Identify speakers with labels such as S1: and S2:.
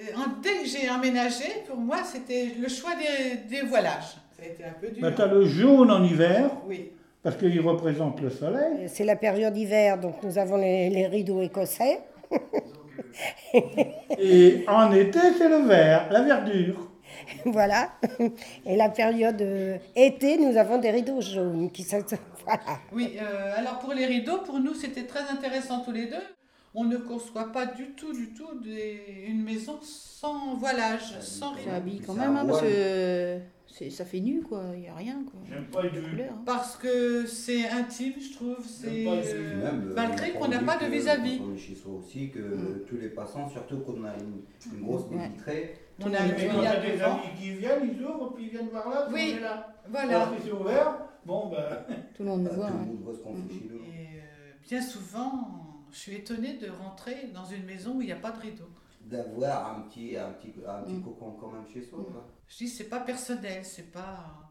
S1: Euh, en- dès que j'ai emménagé, pour moi, c'était le choix des, des voilages. Ça a été un peu dur.
S2: tu as Ben, le jaune en hiver,
S1: Oui,
S2: parce qu'il représente le soleil.
S3: Euh, C'est la période hiver, donc nous avons les, les rideaux écossais.
S2: Et en été, c'est le vert, la verdure.
S3: voilà. Et la période euh, été, nous avons des rideaux jaunes qui sont. Voilà.
S1: oui. euh, alors pour les rideaux, pour nous, c'était très intéressant tous les deux. On ne conçoit pas du tout, du tout des- une maison sans voilage, sans
S4: Ça
S1: rien.
S4: habille quand
S5: C'est
S4: même,
S5: un
S4: hein, parce
S5: voile.
S4: que c'est- ça fait nu, quoi. Il n'y a rien, quoi.
S2: J'aime pas
S4: De couleur. hein.
S1: Parce que c'est intime, je trouve. C'est
S2: Même pas,
S5: Et puis
S1: euh,
S5: même, euh,
S1: malgré
S5: on
S1: qu'on n'a
S5: dit
S1: pas de
S5: que
S1: vis-à-vis. Mm.
S5: quand On est chez soi aussi, que euh, tous les passants, surtout quand on a une, une grosse
S4: Ouais.
S5: baie vitrée,
S1: On a un
S2: Mais quand
S1: tuyau
S2: t'as
S1: devant.
S2: des amis qui viennent, ils ouvrent, puis ils viennent voir là, puis
S1: Oui.
S2: on est là.
S1: Voilà.
S2: Alors que c'est ouvert, bon ben...
S4: Tout le monde
S5: bah,
S4: nous voit.
S5: tout le
S4: hein.
S5: monde voit ce
S1: Mm.
S5: qu'on fait chez nous.
S1: Et euh, bien souvent, je suis étonnée de rentrer dans une maison où il n'y a pas de rideau.
S5: D'avoir un petit, un, petit, un petit
S4: Mm.
S5: cocon quand même chez soi.
S4: Mm.
S5: quoi.
S1: Je dis, c'est pas personnel, c'est pas.